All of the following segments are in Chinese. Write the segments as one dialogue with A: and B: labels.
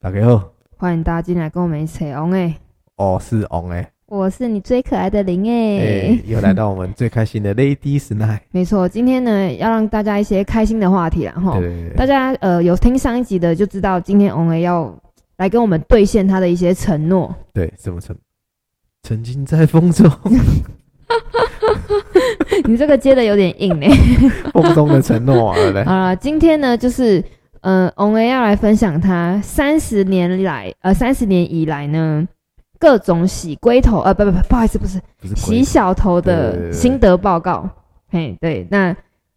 A: 大家好，
B: 欢迎大家进来跟我们一起玩哎！
A: 我是王哎、
B: 我是你最可爱的林
A: 哎、
B: 哎、
A: 又来到我们最开心的 Ladies Night，
B: 没错，今天呢要让大家一些开心的话题啦哈
A: 对。对对
B: 大家呃有听上一集的就知道，今天 On 要来跟我们兑现他的一些 承诺。
A: 对，怎么曾曾经在风中
B: 你这个接的有点硬 呢、
A: 风中的承诺啊，对不对？
B: 好了，今天呢就是呃 On 要来分享他三十年来呃三十年以来呢各种洗龟头呃不不不不好意思不是
A: 不是
B: 洗
A: 鬼，
B: 小头
A: 对对对
B: 的
A: 对
B: 心得报告。嘿，对，那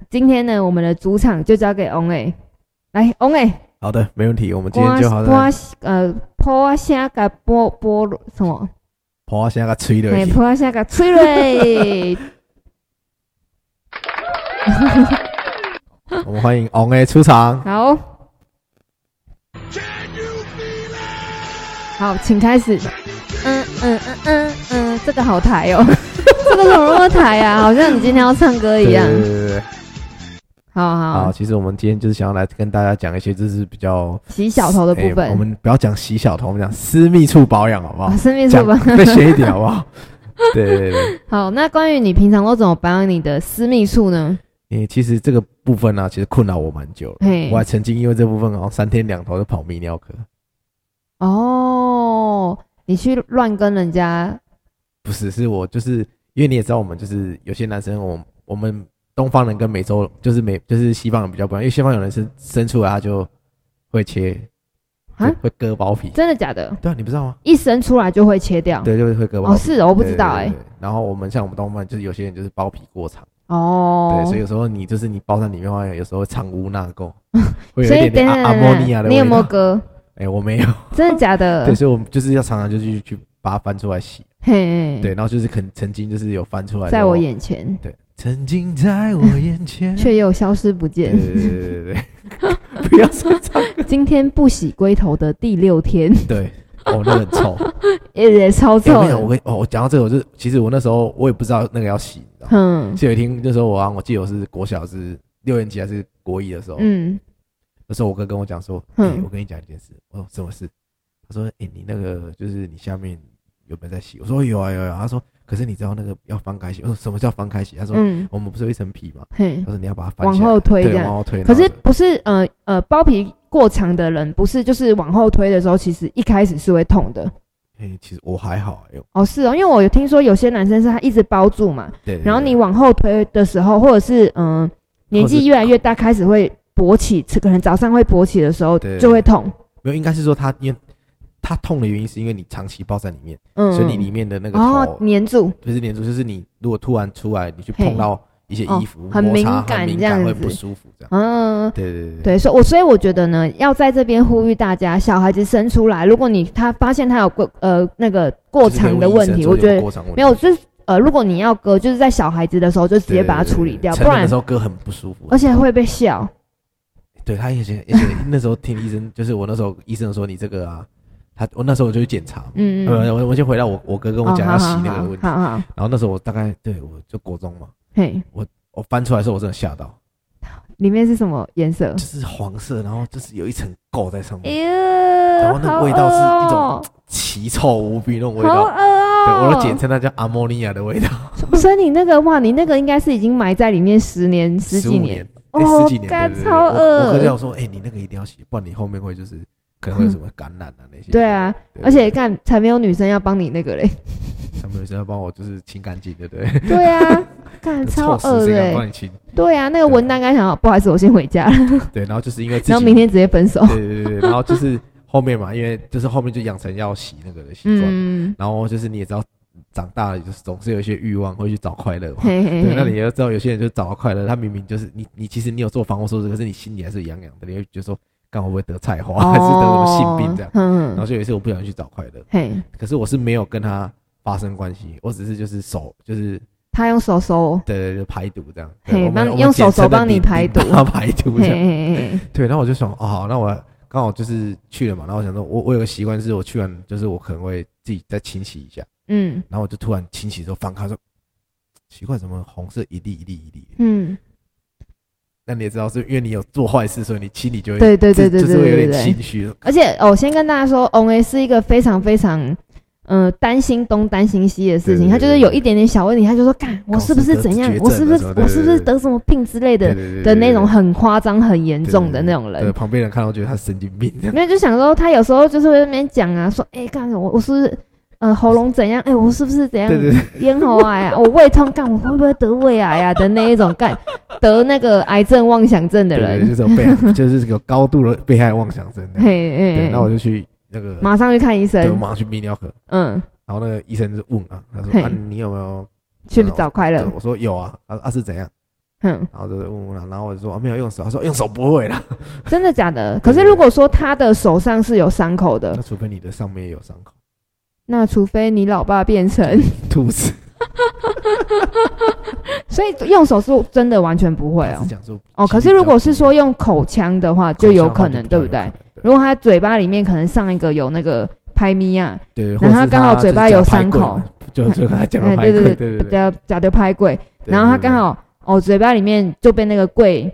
B: 今天呢，我们的主场就交给 On 哎，来 On 哎，
A: 好的，没问题，我们今天就好
B: 播
A: 了。
B: 呃播下个波波什么？
A: 婆现在给啊吹了
B: 哎，
A: 一
B: 播下个 催泪。
A: 我们欢迎王哎出场。
B: 好，好，请开始。嗯嗯嗯嗯嗯，这个好抬 哦，这个怎么那么抬啊？好像你今天要唱歌一样
A: 对。对对对对
B: 好好
A: 好，，其实我们今天就是想要来跟大家讲一些，就是比较
B: 洗小头的部
A: 哎
B: 分。
A: 我们不要讲洗小头，我们讲私密处保养，好不好
B: 啊，？生命是
A: 讲
B: 吧？
A: 再学一点，好不好？对对对对。
B: 好，那关于你平常都怎么保养你的私密处呢？
A: 诶、其实这个部分呢、啊，其实困扰我蛮久了。
B: 嘿
A: 我，还曾经因为这部分好像三天两头就跑泌尿科，
B: 哦，你去乱跟人家，
A: 不是，是我就是因为你也知道，我们就是有些男生，我我们东方人跟美洲就是美就是西方人比较不一样，因为西方有人生生出来他就会切，
B: 啊
A: 会会割包皮，
B: 真的假的？
A: 对啊，你不知道吗？
B: 一生出来就会切掉？
A: 对，就是会割包
B: 哦，
A: 皮。
B: 是哦，我不知道
A: 对
B: 哎
A: 对。对对然后我们像我们东方人，就是有些人就是包皮过长，
B: 哦，
A: 对，所以有时候你就是你包在里面的话，有时候会藏污纳 垢，会有
B: 所
A: 一
B: 以
A: 点点
B: 等
A: 阿
B: 等
A: 阿莫尼亚的味道。
B: 等等，你有没 有割？
A: 哎、我没有。
B: 真的假的
A: 对，？所以我们就是要常常就去去把它翻出来洗，
B: 嘿，
A: 对，，然后就是肯曾经就是有翻出来，
B: 嗯在我，眼前
A: 对，曾经在我眼前，
B: 却又消失不
A: 对
B: 见。
A: 对对对对对， 不要再唱，
B: 今天不洗龟头的第六天，
A: 对，哦，那很臭，
B: 也也超
A: 哎我
B: 臭
A: 跟你讲，我
B: 的。
A: 跟哦，我讲到这个，我就是其实我那时候我也不知道那个要洗，你知道吗？
B: 哼，
A: 是有一天那时候我啊，我记得我是国小是六年级还是国一的时候，
B: 嗯，
A: 那时候我哥跟我讲说，
B: 嗯
A: 哎，我跟你讲一件事，我说什么事？他说，哎，你那个就是你下面有没有在洗？我说有啊有啊，他说。可是你知道那个要翻开洗？我说什么叫翻开洗？他说
B: 嗯，
A: 我们不是有一层皮吗？
B: 嘿
A: 他，说你要把它翻
B: 往
A: 起来
B: 后推这
A: 对，
B: 样
A: 往。后推。
B: 可是
A: 然后
B: 不是呃呃包皮过长的人，不是就是往后推的时候，其实一开始是会痛的。
A: 嘿，其实我还好，哎呦
B: 哦，是哦，因为我有听说有些男生是他一直包住嘛，
A: 对。对
B: 然后
A: 对
B: 你往后推的时候，或者是嗯、呃年
A: 或
B: 纪
A: 是
B: 越来越大，开始会勃起，可能早上会勃起的时候
A: 对
B: 就会痛。
A: 没有，应该是说它因为它痛的原因是因为你长期包在里面，
B: 嗯，
A: 所以你里面的那个
B: 哦
A: 头
B: 粘住，
A: 不是粘住，就是你如果突然出来，你去
B: 嘿
A: 碰到一些衣服，
B: 哦很
A: 摩
B: 敏
A: 擦
B: 感
A: 很敏
B: 这样
A: 感会
B: 子
A: 不舒服这样。
B: 嗯。
A: 对对对对
B: 对，所以我所以我觉得呢，要在这边呼吁大家，小孩子生出来，如果你他发现他有过呃那个过
A: 就是可以
B: 长的
A: 问医
B: 问
A: 生
B: 题，
A: 说
B: 我
A: 有
B: 觉
A: 没有
B: 得
A: 过长问
B: 没有，
A: 题
B: 就是呃，如果你要割，就是在小孩子的时候就直接把它处理掉，
A: 对对对
B: 不
A: 成人
B: 然
A: 的时候割很不舒服啊
B: 而。且会被笑。
A: 对他以前，而且那时候听医生，就是我那时候医生说你这个啊，他我那时候我就去检查嘛。
B: 嗯啊嗯，
A: 呃，我我先回到我我哥跟
B: 跟
A: 我讲要洗那个问题，
B: 好好，好
A: 然后那时候我大概对我就国中嘛，
B: 嘿，
A: 我翻出来的时候我真的吓到，
B: 里面是什么颜色
A: 就？是黄色，然后就是有一层垢在上
B: 哎
A: 面，
B: 呦，
A: 然后那个味道是一种
B: 种
A: 奇臭无比那种味
B: 好
A: 道。
B: 恶哦。
A: 对，我都简称它叫阿莫尼亚的味道，
B: 所以你那个哇，你那个应该是已经埋在里面十年、十
A: 15
B: 几年
A: 年，，哎，
B: 哦
A: 十几年，对
B: 干
A: 对对。
B: 超
A: 我我哥
B: 恶
A: 叫我说，哎，你那个一定要洗，不然你后面会就是可能会有什么感染啊那些。
B: 对啊，
A: 对，
B: 而且看才没有女生要帮你那 个嘞。
A: 他们有时候帮我就是清干净，对不 对？
B: 对啊，干超
A: 臭
B: 恶
A: 死谁
B: 的
A: 敢
B: 欸
A: 帮。你清？
B: 对啊，那个
A: 对
B: 文丹刚想好，不好意思，我先回家了，
A: 对，然后就是因为自己
B: 然后明天直接分手。
A: 对对对对，然后就是后面嘛，因为就是后面就养成要洗那个的习惯，
B: 嗯，
A: 然后就是你也知道，长大了就是总是有一些欲望会去找快乐嘛。
B: 嘿嘿
A: 对，那你
B: 嘿，
A: 也要知道，有些人就找到快乐，他明明就是你，你其实你有做防护措施，可是你心里还是痒痒的，你会觉得说，干会不会得菜花，还是得什么性病这样
B: 哦？嗯
A: 然后就有一次我不小心去找快乐，
B: 嘿，
A: 可是我是没有跟他发生关系，我只是就是手就是
B: 他用手手，
A: 对对对排毒这样，
B: 嘿
A: 对我们
B: 帮
A: 我们
B: 用手
A: 简称
B: 手
A: 的
B: 帮你
A: 淋
B: 排毒
A: 淋巴排毒
B: 嘿
A: 这样。
B: 嘿嘿，嘿
A: 对，然后我就想，哦，好，那我刚好就是去了嘛，然后我想说，我我有个习惯是，我去完就是我可能会自己再清洗一下，
B: 嗯
A: 然后我就突然清洗之后翻开说，奇怪，怎么红色一粒一粒一粒？
B: 嗯，
A: 那你也知道，是因为你有做坏事，所以你心里就会
B: 对对对对
A: 就
B: 对
A: 是会有
B: 对对
A: 点
B: 对
A: 心。虚。
B: 而且哦，先跟大家说，On A 是一个非常非常嗯、呃担心东担心西的事
A: 对对
B: 情，
A: 对
B: 他就是有一点点小问题，他就说干我是不是怎样
A: 搞，
B: 我是不
A: 失
B: 是
A: 格
B: 我是
A: 对
B: 不
A: 对
B: 是
A: 对
B: 得什么病之类的
A: 对对对
B: 的那种很夸张很严重的那种
A: 对
B: 人。
A: 旁边人看到觉得他神经病这样。
B: 没有就想说，他有时候就是会在那边讲啊，说，哎、干我我是不是呃喉咙怎样？哎、我是不是怎样
A: 对对对，
B: 咽喉癌啊？我胃痛，干我会不会得胃癌啊的那一种干得那个癌症妄想症的
A: 对对
B: 人
A: 对，就是有被害 就是有高度的被害妄想症这
B: 嘿
A: 样。
B: 嘿
A: 对，那我
B: 嘿，
A: 就去那个，
B: 马上去看医
A: 对，我
B: 生，
A: 马上去泌尿科，
B: 嗯，
A: 然后那个医生就问啊，他
B: 嘿
A: 说啊你有没有？
B: 去找快
A: 对
B: 乐，
A: 我说有啊，啊啊是怎样？
B: 哼，
A: 然后就是问问啊，然后我就说啊没有用手，他说用手不会 啦，
B: 真的假的？可是如果说他的手上是有伤口的
A: 那，除非你的上面也有伤口，
B: 那除非你老爸变成，
A: 兔子。
B: 所以用手是真的完全不会
A: 他
B: 哦
A: 是。讲说
B: 哦，可是如果是说用口腔的话，就有可能，对不对？？如果他嘴巴里面可能上一个有那个拍咪啊，
A: 对，
B: 然后他刚好嘴巴有伤口，
A: 就就跟他讲了
B: 哎
A: 拍
B: 对
A: 棍，
B: 对
A: 对对对，
B: 假假的拍柜，然后他刚好哦嘴巴里面就被那个柜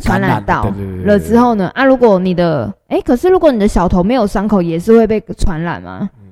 B: 传染到了之，后呢，啊如果你的哎可是如果你的小头没有伤口，也是会被传染吗？
A: 嗯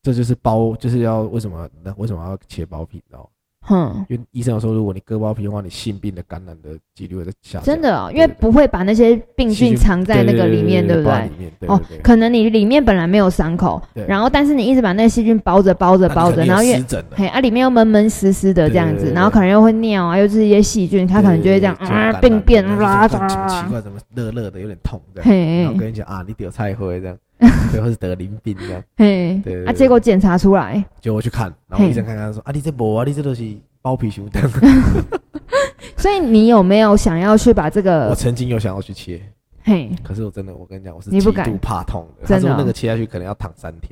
A: 这就是包，就是要为什么那为什么要切包皮？然后
B: 哼，
A: 因为医生有说，如果你割包皮的话，你性病的感染的几率会在下降，
B: 真的、哦，
A: 对
B: 因为不会把那些病菌藏在那个里面，对
A: 对
B: 不对？
A: 对？
B: 哦，可能你里面本来没有伤口，
A: 对
B: 然后但是你一直把那个细菌包着包着包着，然后越
A: 湿疹
B: 嘿啊，里面又闷闷湿湿的这样
A: 对对
B: 子，
A: 对
B: 然后可能又会尿啊，又是一些细菌，它可能就会这样啊病变啦
A: 奇
B: 啦，
A: 怪，怎么热热的有点痛这样？
B: 嘿
A: 然后跟你讲啊，你得菜灰这样，最后是得淋病这样。
B: 嘿
A: 对对，对
B: 啊，结果检查出来，
A: 结果我去看，然后
B: 嘿
A: 医生看看说啊，你这没啊，你这都是包皮胸 灯。
B: 所以你有没有想要去把这
A: 我
B: 个
A: 曾经有想要去切，
B: 嘿
A: 可是我真的，我跟你讲，我是
B: 你
A: 极
B: 不敢
A: 度怕痛的。他
B: 真的
A: 说
B: 哦
A: 那个切下去可能要躺三天。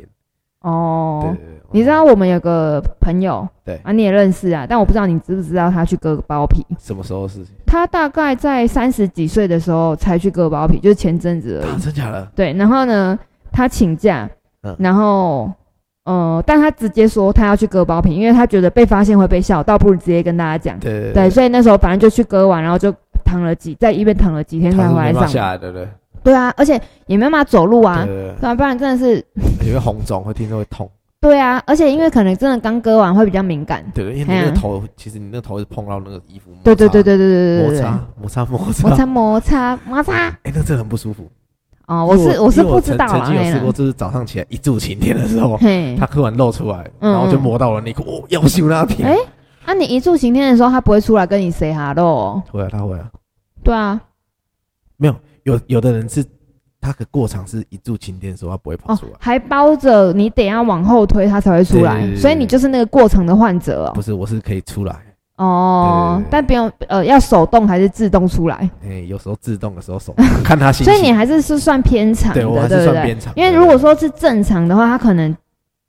A: 对
B: 哦
A: 对？对，
B: 你知道我们有个朋友，
A: 对
B: 啊，你也认识啊，但我不知道你知不知道他去割包皮。
A: 什么时候的 啊事情？
B: 他大概在三十几岁的时候才去割包皮，就是前阵子而
A: 啊
B: 已。
A: 真假的？
B: 对，然后呢，他请假
A: 嗯，
B: 然后呃，但他直接说他要去割包皮，因为他觉得被发现会被笑，倒不如直接跟大家讲。
A: 对对
B: 对，，所以那时候反正就去割完，然后就躺了几在医院躺了几天才
A: 他是
B: 回来
A: 没办法
B: 上
A: 下
B: 班。
A: 来的，对对
B: 对啊，而且也没办法走路啊，
A: 对
B: 对啊，不然真的是
A: 对，因为红肿会听说会痛。
B: 对啊，而且因为可能真的刚割完会比较敏感。
A: 对对，因为你那
B: 嘿啊
A: 个头，其实你那个头是碰到那个衣服摩擦，
B: 对对对对对对对
A: 摩
B: 对对，
A: 擦摩擦摩擦
B: 摩擦摩擦摩擦。
A: 哎，那真的很不舒服。
B: 哦，我
A: 因为
B: 是我是
A: 因为
B: 不知
A: 曾
B: 道
A: 曾
B: 啊，
A: 经有
B: 嘿啦
A: 试过，就是早上起来一柱擎天的时候，
B: 嘿
A: 他，喝完露出来，
B: 嗯
A: 然后就摸到我的内裤，哦，要修那天。
B: 哎啊，你一柱擎天的时候，他不会出来跟你 say hello，哦
A: 会啊，他会啊。
B: 对啊，
A: 没有，有有的人是他的过场是一柱擎天的时候，他不会跑
B: 哦
A: 出来。，
B: 还包着你得要往后推，他才会出
A: 对对
B: 来，
A: 对
B: 所以你就是那个过程的患者哦
A: 不。是，我是可以出来。
B: 哦
A: 对对对，
B: 但不用呃，要手动还是自动出来？
A: 哎、有时候自动的时候手 看他心
B: 所
A: 情。
B: 以你还是是算偏长的，
A: 对
B: 对
A: 我还
B: 不
A: 是算
B: 对？
A: 边场，
B: 因为
A: 对
B: 如果说是正常的话，他可能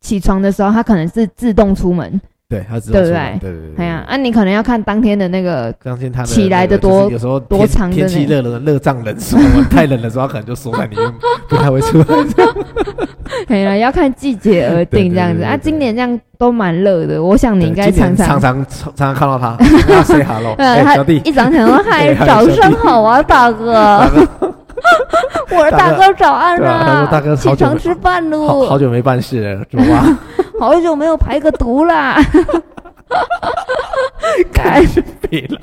B: 起床的时候，他可能是自动出门，
A: 对他自动出来，
B: 对不
A: 对对对。
B: 哎呀，啊，你可能要看当天的那个
A: 当天他的
B: 起来的多
A: 就是有时候
B: 多
A: 天
B: 长的
A: 天气热
B: 那
A: 了热胀冷缩，太冷的时候他可能就缩在里面，不太会出来。
B: 对了，啊要看季节而定这样
A: 对对对
B: 子
A: 对对
B: 啊。今年这样都蛮热的，我 想你应该
A: 对今年
B: 常
A: 常
B: 常，
A: 常常常看到他，跟他 say hello，
B: 呃，
A: 哎、
B: 他
A: 小弟，
B: 一早 想说嗨，
A: 对嗨
B: 早
A: 小弟
B: 上好 啊，大哥，我说大
A: 大哥
B: 哥早安
A: 对啊他
B: 啊
A: 说大哥，
B: 起
A: 好久
B: 床
A: 没
B: 吃饭
A: 好好
B: 喽，
A: 久没办事了，怎么 办？
B: 好久没有排个 毒啦。 看
A: 别了。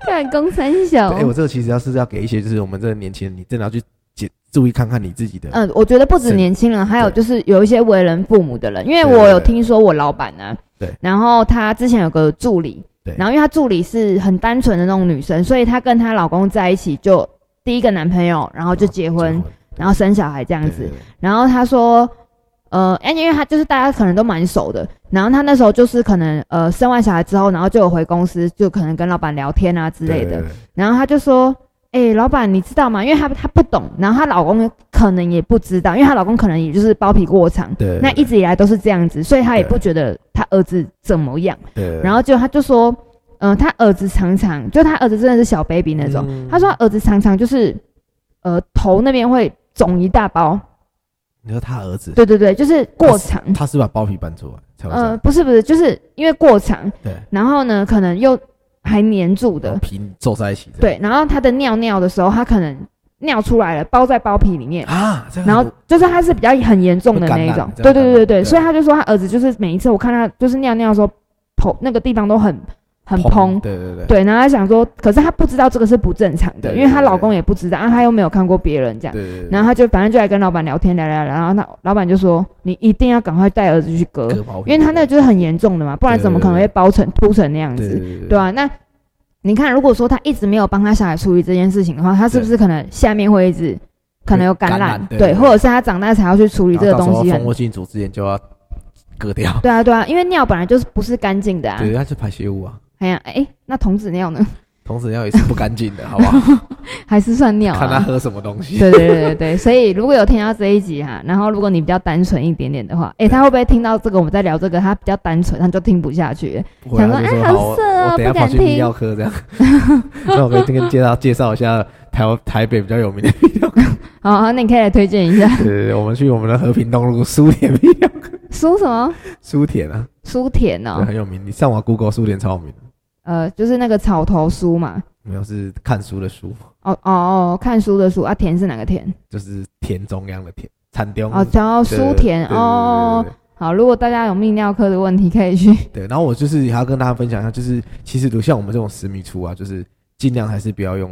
B: 看公三小
A: 哎、，我这个其实要是要给一些，就是我们这个年轻人，你真的要去检注意看看你自己的。
B: 嗯，我觉得不止年轻人，还有
A: 对
B: 就是有一些为人父母的人，因为
A: 对对
B: 我
A: 对
B: 有听说我老板呢，
A: 对
B: 然后他之前有个助理，
A: 对
B: 然后因为他助理是很单纯的那种女生，所以她跟她老公在一起就第一个男朋友，然后就结婚，
A: 哦
B: 然后生小孩这样
A: 对啊
B: 子，
A: 对对
B: 然后她说。呃，哎因为她就是大家可能都蛮熟的，然后她那时候就是可能呃生完小孩之后，然后就有回公司，就可能跟老板聊天啊之类的，
A: 对对对
B: 然后她就说：“哎、老板，你知道吗？因为她她不懂，然后她老公可能也不知道，因为她老公可能也就是包皮过长，
A: 对，
B: 那一直以来都是这样子，所以她也
A: 对
B: 不觉得她儿子怎么样。
A: 对，
B: 然后就她就说，嗯、呃，她儿子常常就她儿子真的是小 baby 那种，
A: 嗯
B: 她说她儿子常常就是，呃，头那边会肿一大包，
A: 你说他儿子，
B: 对对对，就是过长。”
A: 他是把包皮搬出来才会这
B: 呃，
A: 样，
B: 不是不是，就是因为过长，
A: 对
B: 然后呢，可能又还粘住的，
A: 皮皱在一起这样。
B: 对，然后它的尿尿的时候，它可能尿出来了，包在包皮里 面，
A: 啊，这样
B: 然后
A: 很
B: 就是它是比较很严重的那一
A: 会感
B: 种
A: 染，这样感
B: 对对对
A: 染
B: 对对，
A: 对
B: 所以他就说他儿子就是每一次我看他就是尿尿的时候，头那个地方都很很
A: 蓬
B: 嘭，
A: 对对对
B: 对，然后他想说，可是他不知道这个是不正常
A: 对
B: 的，
A: 对
B: 因为她
A: 对
B: 老公也不知道，啊，她又没有看过别人这样，
A: 对对对，
B: 然后他就反正就来跟老板聊天，聊聊聊，然后他老板就说你一定要赶快带儿子去割，
A: 割包皮，
B: 因为他那个就是很严重的嘛，不然怎么可能会包成凸成那样
A: 对对
B: 子，
A: 对对
B: 对啊，那你看，如果说他一直没有帮他小孩处理这件事情的话，他是不是可能下面会一直可能有感
A: 感
B: 染
A: 染？对对
B: 或者是他长大才要去处理
A: 然后
B: 啊这个
A: 到时候
B: 东西
A: 蜂
B: 很。
A: 窝性组织炎就要割掉，
B: 对啊，对啊，因为尿本来就是不是干净的啊
A: 对，。它是排泄物啊，
B: 哎呀，哎，那童子尿呢？
A: 童子尿也是不干净的，好不好？
B: 还是算尿
A: 看他
B: 啊？
A: 喝什么东西。
B: 对对对对对，所以如果有听到这一集哈，然后如果你比较单纯一点点的话，哎，他会不会听到这个我们在聊这个，他比较单纯，他就听不下去？
A: 回来就说
B: 想说哎
A: 好，
B: 好色哦
A: 我等一下
B: 不敢
A: 跑去
B: 听
A: 泌尿科这样。那我可以跟介绍介绍一下台湾台北比较有名的泌尿科。
B: 好，好那你可以来推荐一下
A: 对对对，我们去我们的和平东路苏田泌尿科，
B: 苏什么
A: 苏田啊，
B: 苏田
A: 对，
B: 哦，
A: 很有名。你上网 Google 苏田超有名的，
B: 呃，就是那个草头苏嘛，
A: 没有是看书的书，
B: 哦哦哦，看书的书啊，田是哪个田？
A: 就是田中央的田，产中
B: 哦，然后
A: 对
B: 书田
A: 对对对对
B: 哦
A: 对。对
B: 好，如果大家有泌尿科的问题，可以去。
A: 对，然后我就是还要跟大家分享一下，就是其实如像我们这种十米粗啊，就是尽量还是不要用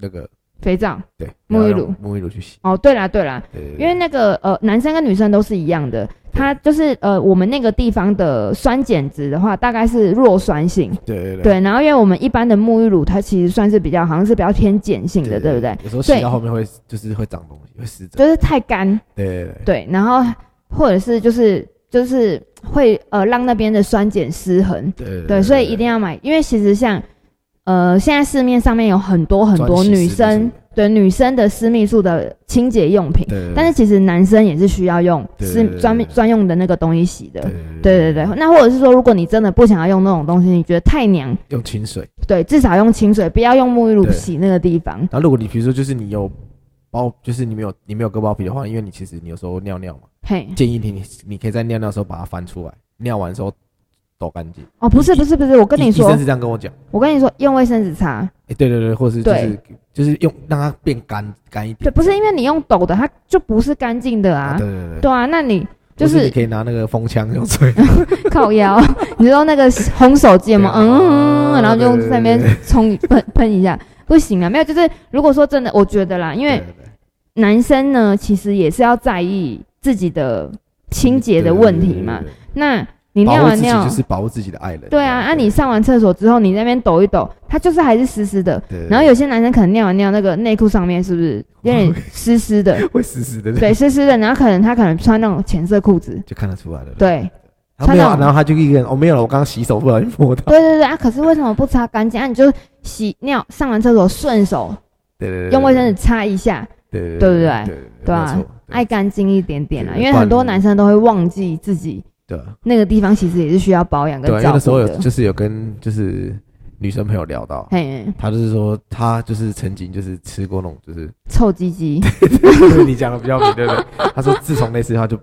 A: 那个
B: 肥皂
A: 对
B: 沐
A: 不
B: 浴露，
A: 要用沐浴露去洗，
B: 哦，对啦对啦，
A: 对对对
B: 因为那个呃，男生跟女生都是一样的，它就是呃，我们那个地方的酸碱值的话，大概是弱酸性，
A: 对对对
B: 对。然后因为我们一般的沐浴乳，它其实算是比较好像是比较偏碱性的，对不对？？
A: 有时候
B: 对
A: 洗到后面会就是会长东西，会湿疹。
B: 就是太干，
A: 对对对
B: 对，然后或者是就是就是会呃让那边的酸碱失衡，
A: 对对
B: 对，所以一定要买，因为其实像呃，现在市面上面有很多很多
A: 专洗
B: 女
A: 私密
B: 生
A: 处
B: 对女生的私密处的清洁用品，
A: 对对对，
B: 但是其实男生也是需要用
A: 对
B: 私
A: 对对
B: 专
A: 对
B: 专用的那个东西洗的。
A: 对
B: 对对对，那或者是说，如果你真的不想要用那种东西，你觉得太娘，
A: 用清水。
B: 对，至少用清水，不要用沐浴露
A: 对
B: 洗那个地方。
A: 然后如果你比如说就是你有包，就是你没有你没有割包皮的话，因为你其实你有时候尿尿嘛，
B: 嘿，
A: 建议你你可以在尿尿的时候把它翻出来，尿完之后抖干净。
B: 哦，不是不是不是，我跟
A: 医
B: 你
A: 医
B: 说
A: 生，是这样跟我讲。
B: 我跟你说，用卫生纸擦，
A: 哎，对对对，或是就
B: 对
A: 是就是用让它变干干一点。
B: 对，不是因为你用抖的，它就不是干净的啊。
A: 对对对对，
B: 对啊，那你就
A: 或
B: 是
A: 你可以拿那个风枪用吹。
B: 靠腰， 你知道那个红手机有吗？
A: 对啊
B: 嗯，然后就
A: 对对对
B: 在那边冲 喷喷一下，不行啊，没有，就是如果说真的，我觉得啦，因为
A: 对对对
B: 男生呢，其实也是要在意自己的清洁的问题嘛。
A: 对对对对对
B: 那你
A: 保
B: 尿
A: 护
B: 完
A: 自己
B: 尿
A: 就，是保护自己的爱人。
B: 对啊，啊，你上完厕所之后，你在那边抖一抖，它就是还是湿湿的。
A: 对对对
B: 然后有些男生可能尿完尿，那个内裤上面是不是 有点湿湿的？
A: 会死死的，
B: 对，湿湿的，然后可能他可能穿那种浅色裤子，
A: 就看得出来了。
B: 对，
A: 他没有啊，
B: 穿那种
A: 然后他就一个人，哦，没有了，我刚刚洗手不小心摸到。
B: 对对对啊！可是为什么不擦干净？啊，你就洗尿，上完厕所顺手
A: 对对对，
B: 用卫生纸擦一下，
A: 对，对
B: 对不
A: 对对
B: 对
A: 对
B: 对啊
A: 没有错
B: 爱干净一点点啦。
A: 对
B: 因为很多男生都会忘记自己
A: 对啊
B: 那个地方其实也是需要保养跟
A: 对啊，因为
B: 照
A: 那时
B: 顾
A: 候有
B: 的。
A: 就是有跟就是女生朋友聊到，
B: 嘿，
A: 她就是说她就是曾经就是吃过那种就是
B: 臭鸡鸡
A: 你讲的比较明对不对？她说自从那次她就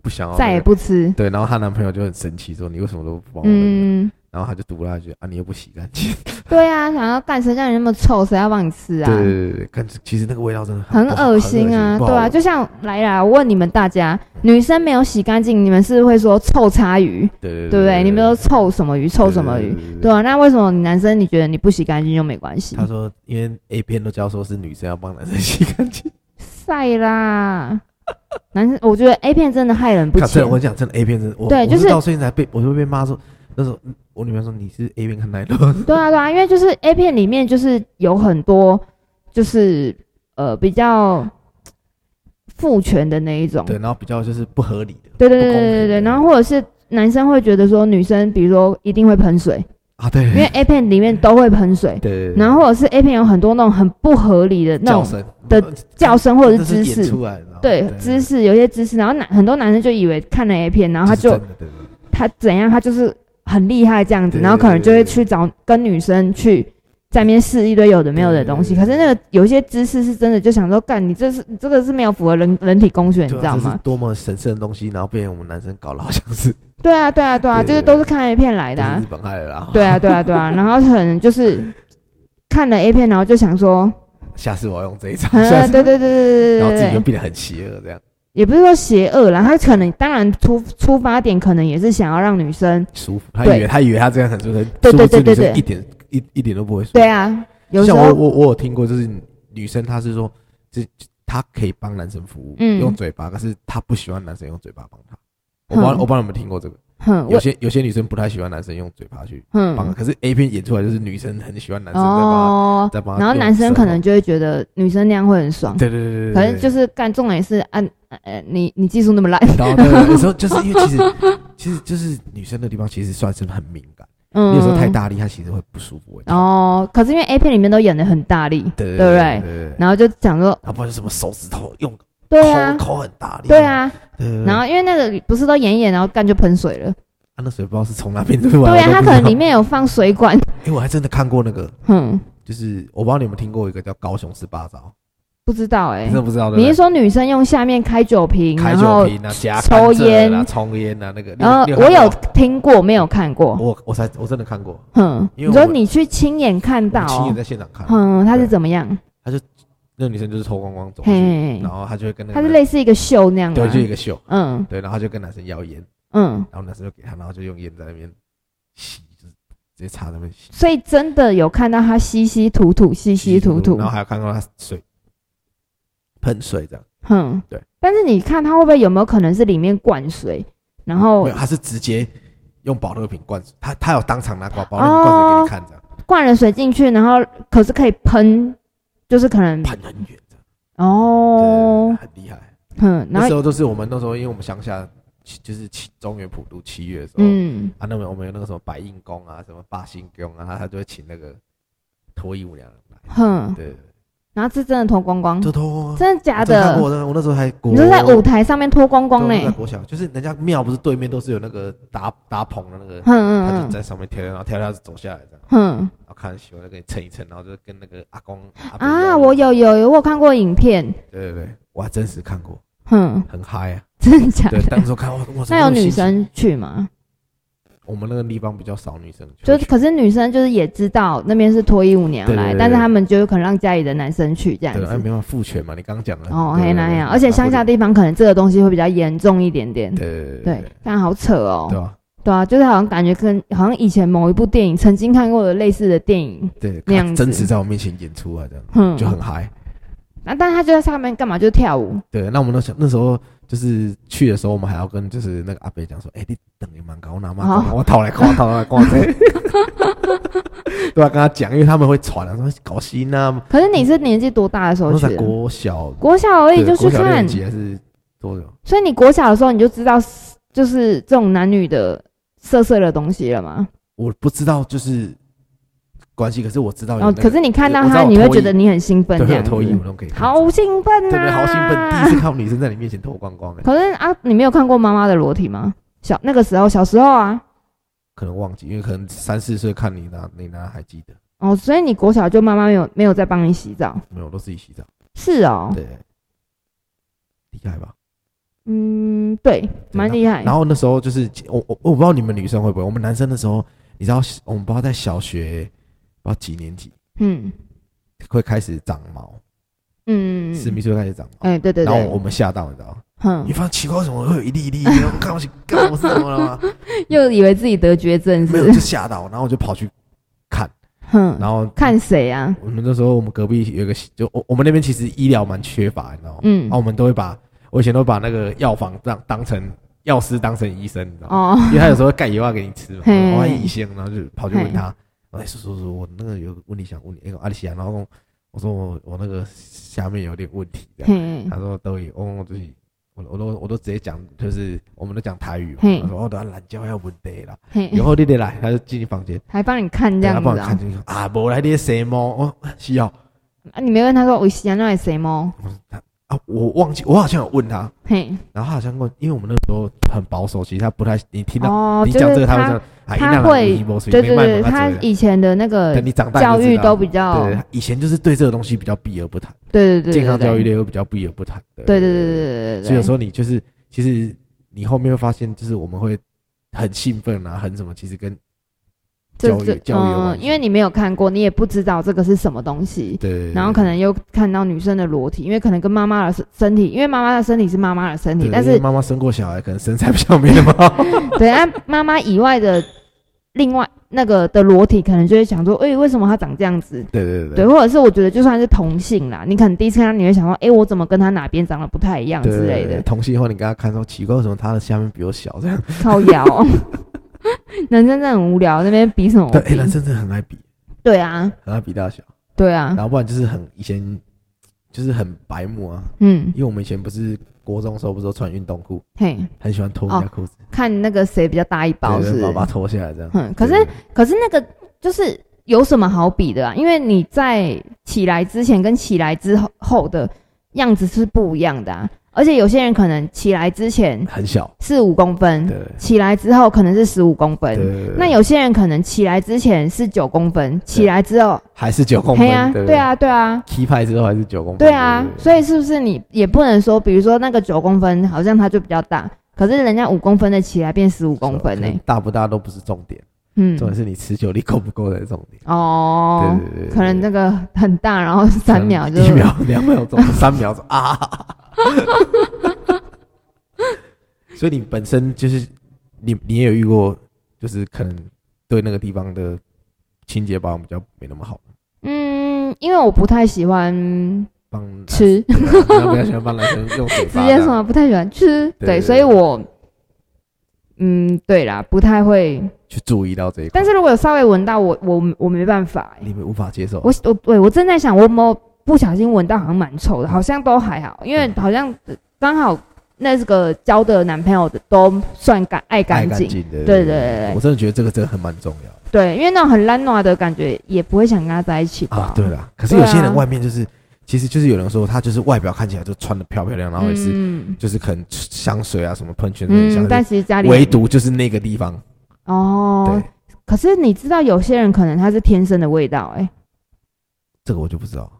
A: 不想要那个
B: 再也不吃。
A: 对，然后她男朋友就很生气说你为什么都不帮我那个？
B: 嗯，
A: 然后她就堵了她一句啊你又不洗干净，
B: 对啊，想要干谁叫你那么臭，谁要帮你吃
A: 对
B: 啊？
A: 对哦对对，看其实那个味道真的
B: 很
A: 不好
B: 恶心啊，
A: 不
B: 对
A: 好
B: 啊，
A: 闻
B: 就像来啦，我问你们大家，女生没有洗干净，你们是不是会说臭叉鱼，
A: 对对
B: 对不对？你们都臭什么鱼，臭什么鱼？？对啊，那为什么你男生你觉得你不洗干净就没关系？
A: 他说，因为 A 片都教说是女生要帮男生洗干净。
B: 晒啦，男生我觉得 A 片真的害人不
A: 看啊真
B: 浅
A: 的，我。跟你讲真的 A 片真的，我
B: 对
A: 我
B: 就是
A: 到现在被我就被骂说，那时候嗯我女朋友说你是 A 片看太多，
B: 对啊，对啊，因为就是 A 片里面就是有很多就是呃比较父权的那一种，
A: 对，然后比较就是不合理的，
B: 对对
A: 不
B: 对
A: 公平
B: 对
A: 的
B: 对对，然后或者是男生会觉得说女生比如说一定会喷水，
A: 啊对，
B: 因为 A 片里面都会喷水，
A: 对对，对
B: 然后或者是 A 片有很多那种很不合理的那
A: 叫
B: 种
A: 声
B: 的叫声或者
A: 这
B: 是姿
A: 是演
B: 势。
A: 出来的，啊
B: 对姿势有些姿势，然后男很多男生就以为看了 A 片，然后他
A: 这是
B: 就
A: 真的对对
B: 他怎样，他就是很厉害这样子，
A: 对
B: 然后可能就会
A: 对对
B: 去找跟女生去在面试一堆有的没有的东西，可是那个有一些知识是真的，就想说，干你这是你这个是没有符合人人体工学，你
A: 对
B: 知
A: 啊
B: 道
A: 这是
B: 吗？
A: 多么神圣的东西，然后被我们男生搞了好像是
B: 对啊，对啊，对啊，
A: 对
B: 这个都是看 A 片来的、
A: 都
B: 啊
A: 是日。本害的啦，
B: 对啊，对啊，对啊，然后可能就是看了 A 片，然后就想说，
A: 下次我要用这一招，下
B: 呃，
A: 次
B: 对对对对
A: 啊
B: 对
A: 然后
B: 对
A: 自己
B: 对
A: 就
B: 对，
A: 变得很邪恶这样，
B: 也不是说邪恶啦，他可能当然出出发点可能也是想要让女生，
A: 舒服。他以
B: 对
A: 为他以为他这样很舒服，
B: 对
A: 殊不知
B: 对
A: 女
B: 对
A: 生
B: 对对
A: 一点一一点都不会舒服。
B: 对啊，有时
A: 像我
B: 候
A: 我我有听过，就是女生她是说，这她可以帮男生服务，
B: 嗯
A: 用嘴巴，可是她不喜欢男生用嘴巴帮她。我帮
B: 嗯
A: 我帮你们听过这个，
B: 哼，
A: 有
B: 我
A: 些有些女生不太喜欢男生用嘴巴去帮她，
B: 哼
A: 可是 A 片演出来就是女生很喜欢男生在帮
B: 哦
A: 她，在帮她
B: 然后
A: 用
B: 男生
A: 舌头
B: 可能就会觉得女生那样会很爽，
A: 对对对对对，
B: 可能就是是干重点是按呃你你技术那么烂，
A: 然后对对对有时候就是因为其实其实就是女生的地方其实算是很敏感，
B: 嗯，
A: 你有时候太大力她其实会不舒服。会痛
B: 哦，可是因为 A 片里面都演的很大力，
A: 对
B: 对不
A: 对
B: 对
A: 对对，
B: 然后就讲说，
A: 啊不然就什么手指头用
B: 对啊
A: 抠，抠很大力，
B: 对啊，
A: 对，对对
B: 然后因为那个不是都演一演，然后干就喷水了，
A: 啊他那水不知道是从哪边出来
B: 对
A: 的。
B: 啊，
A: 我都不知
B: 他可
A: 道
B: 能里，面有放水管，
A: 因为我还真的看过那个，
B: 哼，
A: 就是我不知道你们听过一个叫高雄十八招，
B: 不知道哎
A: 真，的不知道的。
B: 你是说女生用下面开酒瓶，
A: 开
B: 然
A: 酒
B: 后
A: 瓶啊，夹
B: 抽烟
A: 啊，抽烟啊，那个。你
B: 呃
A: 你
B: 我有
A: 看
B: 听过没有看
A: 过
B: 过，
A: 吗，我我才我真的看过，
B: 哼，
A: 因
B: 你
A: 为
B: 说
A: 我
B: 你去亲眼看到
A: 我亲眼
B: 哦，
A: 在现场看，
B: 哼，他
A: 对
B: 是怎么样？
A: 那女生就是抽光光走
B: 嘿
A: 去，
B: 嘿，嘿
A: 然后她就会跟那
B: 他
A: 个男，
B: 是类似一个秀那样吗
A: 对，？就一个秀，
B: 嗯
A: 对，然后她就跟男生要烟，
B: 嗯，
A: 然后男生就给她，然后就用烟在那边吸，就是直接插在那边吸，
B: 所以真的有看到他吸吸吐吐，吸吸吐吐
A: 然，后还有看到她水喷水这样，
B: 哼，
A: 对。
B: 但是你看他会不会有没有可能是里面灌水，然后
A: 没有，他是直接用保乐瓶灌水，他他有当场拿
B: 哦
A: 保保乐瓶灌水给你看，这样
B: 灌了水进去，然后可是可以喷，就是可能
A: 喷很远，这样
B: 哦，
A: 对很厉害。
B: 哼，然
A: 那时
B: 后
A: 候都是哦我们那时候，因为我们乡下七就是七中原普渡七月的时候，
B: 嗯，
A: 啊，那边我们有那个什么白印宫啊，什么八星宫啊，他就会请那个脱衣舞娘来，
B: 哼，
A: 对，
B: 然后是真的脱光光，
A: 就脱，
B: 嗯真的假
A: 我真看
B: 的
A: 过？我真的我那时候还国，
B: 你说在舞台上面脱光光
A: 对
B: 呢
A: 我？在国小，就是人家庙不是对面都是有那个搭搭棚的那个，
B: 哼
A: 他就
B: 嗯嗯
A: 在上面跳，然后跳跳走下来这样。
B: 哼
A: 然后看喜欢就给你蹭一蹭，然后就跟那个阿公阿伯
B: 啊，
A: 聊
B: 我有有有，我有看过影片，
A: 对对对，我还真实看过，
B: 哼，
A: 很嗨 啊！
B: 真的假
A: 对
B: 的，？
A: 当时看哇哇，怎么
B: 那有
A: 么新奇，
B: 女生去吗？
A: 我们那个地方比较少女生去，
B: 就是，可是女生就是也知道那边是脱衣舞娘
A: 对对
B: 来，
A: 对
B: 但是
A: 对
B: 他们就有可能让家里的男生去这样
A: 对，哎，
B: 子。
A: 没办法父权嘛，你刚刚讲了
B: 哦，
A: 对
B: 嘿
A: 对
B: 那
A: 对
B: 样，而且乡下地方可能这个东西会比较严重一点点。
A: 对对对
B: 对
A: 对，
B: 但好扯哦。
A: 对吧？
B: 对啊，就是好像感觉跟好像以前某一部电影曾经看过的类似的电影，
A: 对，
B: 那样
A: 看
B: 子
A: 真实在我面前演出啊，这样
B: 哼，
A: 就很嗨。
B: 啊，但他就在上面干嘛？就是跳舞，
A: 对，那我们那时候那时候就是去的时候，我们还要跟就是那个阿伯讲说，哎，你等你蛮高，我拿嘛，
B: 哦
A: 我讨来夸，讨来 夸这。对啊，跟他讲，因为他们会传啊，说搞心啊，
B: 可是你是年纪多大的时候
A: 那
B: 去
A: 才
B: 的？
A: 国小，
B: 国小而已
A: 对
B: 就去
A: 国小六
B: 看
A: 年，级还是多久？
B: 所以你国小的时候你就知道就是这种男女的色色的东西了嘛？
A: 我不知道就是关系，可是我知道有、那
B: 哦，
A: 个
B: 可是你看到
A: 我知道
B: 他，
A: 有
B: 你会
A: 脱衣
B: 觉得你很兴奋
A: 对
B: 这
A: 会有
B: 样子，
A: 脱衣舞那种可以看，
B: 好啊兴奋
A: 对
B: 呐、
A: 对，好兴奋，第一次看到女生在你面前脱光光、欸，
B: 可是啊，你没有看过妈妈的裸体吗？小那个时候，小时候啊，
A: 可能忘记，因为可能三四岁看你拿你拿还记得，
B: 哦，所以你国小就妈妈没有没有在帮你洗澡，
A: 没有，我都自己洗澡，
B: 是哦，
A: 对，厉害吧？
B: 嗯，对，蛮厉害。
A: 然后那时候就是我我我不知道你们女生会不会，我们男生的时候，你知道我们不知道在小学不知道几年级
B: 嗯
A: 会开始长毛，
B: 嗯，
A: 私密处会开始长毛，
B: 哎，对对
A: 然后我
B: 对，
A: 们吓到，你知道吗？
B: 哼
A: 你，发现奇怪，为什么会有一粒一粒？然后看我去，干我是怎么了 吗？
B: 又以为自己得绝症
A: 没有，
B: 是
A: 就
B: 不是，
A: 吓到，然后我就跑去看，
B: 哼，
A: 然后
B: 看谁啊？
A: 我们那时候我们隔壁有一个，就我我们那边其实医疗蛮缺乏，你知道吗？
B: 嗯
A: 然后，我们都会把，我以前都把那个药房当当成药师当成医生，你知道吗？
B: 哦，
A: 因为他有时候会盖药药啊给你吃嘛，
B: 嘿
A: 然后他医生，然后就跑去问他，哎，叔叔叔叔，我那个有个问题想问你，那哎个阿里西亚，然后我说我我那个下面有点问题，这样
B: 嘿，
A: 他说都有，哦，就是我我都我都直接讲，就是我们都讲台语嘛。
B: 嘿
A: 他说哦，等下懒觉要问题啦，以
B: 嘿，
A: 后你得来，他就进你房间，
B: 还帮你看这
A: 对
B: 样
A: 他帮
B: 子
A: 我看
B: 啊？
A: 进去啊，无来你的什么？哦，是哦，
B: 啊，你没问他说我喜欢那谁吗？
A: 我说他啊，我我忘记，我好像有问他，
B: 嘿，
A: 然后他好像问，因为我们那时候很保守，其实他不太，你听到、
B: 哦，
A: 你
B: 就
A: 讲这
B: 是
A: 个，他会这样，啊，
B: 他他
A: 一浪
B: 会
A: 一波水，
B: 对
A: 没
B: 对
A: 办
B: 对，
A: 法
B: 他
A: 之类的
B: 以前的那个
A: 等你长大
B: 教
A: 你就知
B: 育
A: 道
B: 都比较，
A: 对，以前就是对这个东西比较避而不谈，
B: 对对对，
A: 健康
B: 对
A: 教育类会比较避而不谈的。
B: 对对对对对对，
A: 所以有时候
B: 候
A: 你就是，其实你后面会发现，就是我们会很兴奋啊，很什么，其实跟教育教育有关
B: 嗯，
A: 系
B: 因为你没有看过，你也不知道这个是什么东西，
A: 对对对，对
B: 然后可能又看到女生的裸体，因为可能跟妈妈的身身体，因为妈妈的身体是妈妈的身
A: 对
B: 体，
A: 对
B: 但
A: 因为
B: 是
A: 妈妈生过小孩，可能身材比较没那么好。
B: 对，但妈妈以外的另外那个的裸体，可能就会想说，哎、为什么她长这样子？
A: 对对
B: 对，或者是我觉得就算是同性啦，你可能第一次看到你会想说，哎、我怎么跟她哪边长得不太一样
A: 对
B: 之类
A: 对
B: 的，
A: 同性以后你跟他看说奇怪，为什么他的下面比我小这样？
B: 靠腰。 男生真的很无聊，那边比什么
A: 对，哎，
B: 比？
A: 男生真的很爱比，
B: 对啊，
A: 很爱比大小，
B: 对啊
A: 然，后不然就是很以前就是很白目啊，
B: 嗯，
A: 因为我们以前不是国中的时候不是都穿运动裤，
B: 嘿，
A: 很喜欢脱人家裤子，
B: 看那个谁比较大一包
A: 对
B: 是不
A: 对
B: 是
A: 把把它脱下来这样。
B: 嗯，可是
A: 对对
B: 可是那个就是有什么好比的啊？因为你在起来之前跟起来之后后的样子是不一样的啊。而且有些人可能起来之前
A: 对很小，
B: 是五公分，
A: 对
B: 起来之后可能是十五公
A: 对
B: 分。
A: 对对
B: 那有些人可能起来之前是九公分，起来之后，
A: 还是九公
B: 嘿
A: 分，
B: 呀、
A: 对
B: 对，啊，对啊，
A: 踢派之后还是九公分，
B: 对啊，所以是不是你也不能说，比如说那个九公分好像它就比较大，可是人家五公分的起来变十五公分呢、欸
A: 可能大不大都不是啊重点，
B: 嗯，
A: 重点是你持久力够不够才是重点。
B: 哦，
A: 对对对对，
B: 可能那个很大，然后
A: 可能
B: 三秒 就
A: 一秒、两秒钟、三秒钟啊，所以你本身就是你，你也有遇过，就是可能对那个地方的清洁保养比较没那么好，
B: 嗯，因为我不太喜欢
A: 帮男生
B: 吃，
A: 对啊你要不要喜欢帮男生 用嘴
B: 直
A: 巴这
B: 接
A: 样？
B: 说不太喜欢吃，
A: 对对
B: 对，
A: 对
B: 所以我，嗯，对啦，不太会。
A: 去注意到这一块，
B: 但是如果有稍微闻到我，我我没办法、欸
A: 你们无法接受，
B: 我我对我正在想，我有没有不小心闻到好像蛮臭的，好像都还好，因为
A: 嗯
B: 好像呃刚好那个交的男朋友的都算干爱
A: 爱
B: 干
A: 干
B: 净，
A: 净的，
B: 对对对对
A: 我真的觉得这个真的很蛮重要的。
B: 对，因为那种很烂暖的感觉也不会想跟他在一起吧？
A: 啊，对啦，可是
B: 对
A: 有
B: 啊
A: 些人外面就是，其实就是有人说他就是外表看起来就穿的漂漂亮，亮，然后也是、
B: 嗯
A: 就是可能香水啊什么喷泉那些
B: 嗯，
A: 香
B: 但
A: 水，
B: 其实家里
A: 唯独就是那个地方，
B: 哦
A: 对，
B: 可是你知道有些人可能他是天生的味道、哎，
A: 这个我就不知道。